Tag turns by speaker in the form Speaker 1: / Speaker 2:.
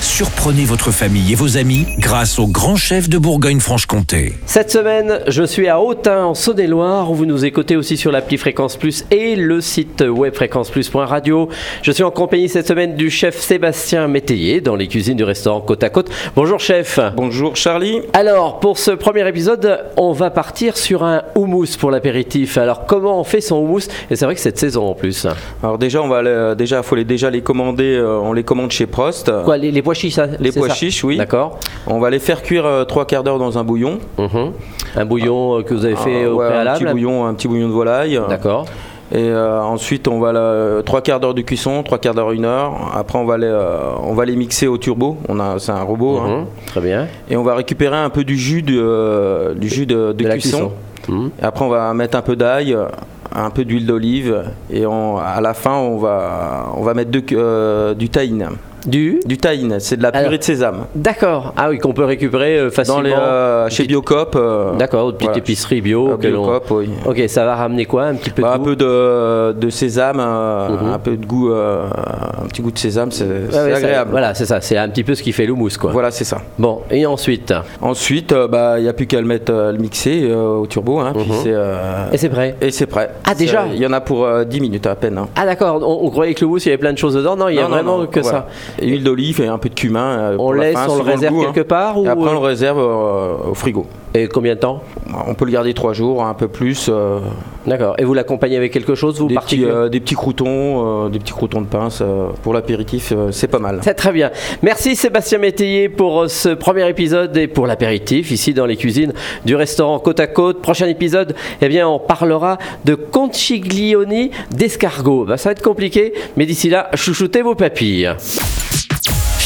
Speaker 1: Surprenez votre famille et vos amis grâce au grand chef de Bourgogne-Franche-Comté.
Speaker 2: Cette semaine, je suis à Autun, en Saône-et-Loire, où vous nous écoutez aussi sur l'appli Fréquence Plus et le site web fréquenceplus.radio. Je suis en compagnie cette semaine du chef Sébastien Métayer dans les cuisines du restaurant Côte à Côte. Bonjour chef.
Speaker 3: Bonjour Charlie.
Speaker 2: Alors, pour ce premier épisode, on va partir sur un houmous pour l'apéritif. Alors, comment on fait son houmous Et c'est vrai que cette saison en plus.
Speaker 3: Alors déjà, on va aller- euh, déjà, faut les déjà les commander. euh, on les commande chez Prost.
Speaker 2: Quoi, les, les pois chiches, ça
Speaker 3: Les
Speaker 2: c'est
Speaker 3: pois
Speaker 2: ça
Speaker 3: chiches, oui.
Speaker 2: D'accord.
Speaker 3: On va les faire cuire euh, trois quarts d'heure dans un bouillon.
Speaker 2: Mhm. Un bouillon euh, que vous avez fait
Speaker 3: Un-
Speaker 2: au
Speaker 3: ouais, un petit
Speaker 2: préalable.
Speaker 3: bouillon, un petit bouillon de volaille.
Speaker 2: D'accord.
Speaker 3: Et euh, ensuite, on va la- euh, trois quarts d'heure de cuisson, trois quarts d'heure, une heure. Après, on va les, euh, on va les mixer au turbo. On a, c'est un robot. hein.
Speaker 2: Mhm. Très bien.
Speaker 3: Et on va récupérer un peu du jus de, euh, du jus de, de
Speaker 2: De la
Speaker 3: cuisson.
Speaker 2: cuisson. Mhm.
Speaker 3: Et Après, on va mettre un peu d'ail, euh, un peu d'huile d'olive, et on- à la fin, on va, on va mettre de- euh, du tahine.
Speaker 2: Du
Speaker 3: Du tahine, c'est de la purée
Speaker 2: Alors,
Speaker 3: de sésame.
Speaker 2: D'accord. Ah oui, qu'on peut récupérer euh, facilement.
Speaker 3: Dans les, euh, chez Biocop. euh,
Speaker 2: D'accord, aux petites
Speaker 3: voilà.
Speaker 2: épiceries bio.
Speaker 3: Euh,
Speaker 2: auxquelles on-
Speaker 3: Biocop, oui.
Speaker 2: Ok, ça va ramener quoi Un petit peu
Speaker 3: Bah,
Speaker 2: de
Speaker 3: un
Speaker 2: goût
Speaker 3: peu de, de sésame, euh,
Speaker 2: Mhm.
Speaker 3: un peu de goût, euh, un petit goût de sésame, c'est c'est
Speaker 2: Ouais, ouais, ça-
Speaker 3: agréable. voilà,
Speaker 2: voilà, c'est ça. C'est un petit peu ce qui fait l'houmous, quoi.
Speaker 3: c'est ça.
Speaker 2: Bon, et ensuite
Speaker 3: Ensuite, euh, bah, il n'y a plus qu'à le mettre, euh, le mixer euh, au turbo, hein, puis
Speaker 2: Mhm.
Speaker 3: c'est, euh,
Speaker 2: Et c'est prêt
Speaker 3: et c'est prêt.
Speaker 2: Ah, déjà
Speaker 3: C'est- Il y en a pour euh, 10 minutes à peine. hein.
Speaker 2: Ah d'accord, on, on croyait que le houmous, il y avait plein de choses dedans. Non, il y a
Speaker 3: Non, non,
Speaker 2: vraiment
Speaker 3: non,
Speaker 2: que
Speaker 3: voilà.
Speaker 2: ça.
Speaker 3: Et Huile d'olive et un peu de cumin. euh,
Speaker 2: On
Speaker 3: pour la
Speaker 2: laisse,
Speaker 3: fin,
Speaker 2: on le
Speaker 3: selon
Speaker 2: réserve
Speaker 3: goût, hein.
Speaker 2: quelque part ou
Speaker 3: Et après, on le réserve euh, au frigo.
Speaker 2: Et combien de temps
Speaker 3: On peut le garder trois jours, un peu plus. euh,
Speaker 2: D'accord. Et vous l'accompagnez avec quelque chose, vous
Speaker 3: des, petits,
Speaker 2: particulier
Speaker 3: euh, des petits croutons, euh, des petits croutons de pince. euh, pour l'apéritif, euh, c'est pas mal.
Speaker 2: C'est très bien. Merci Sébastien Métayer pour euh, ce premier épisode et pour l'apéritif ici dans les cuisines du restaurant Côte à Côte. Prochain épisode, eh bien, on parlera de conchiglioni d'escargot. Bah, ça va être compliqué, mais d'ici là, chouchoutez vos papilles.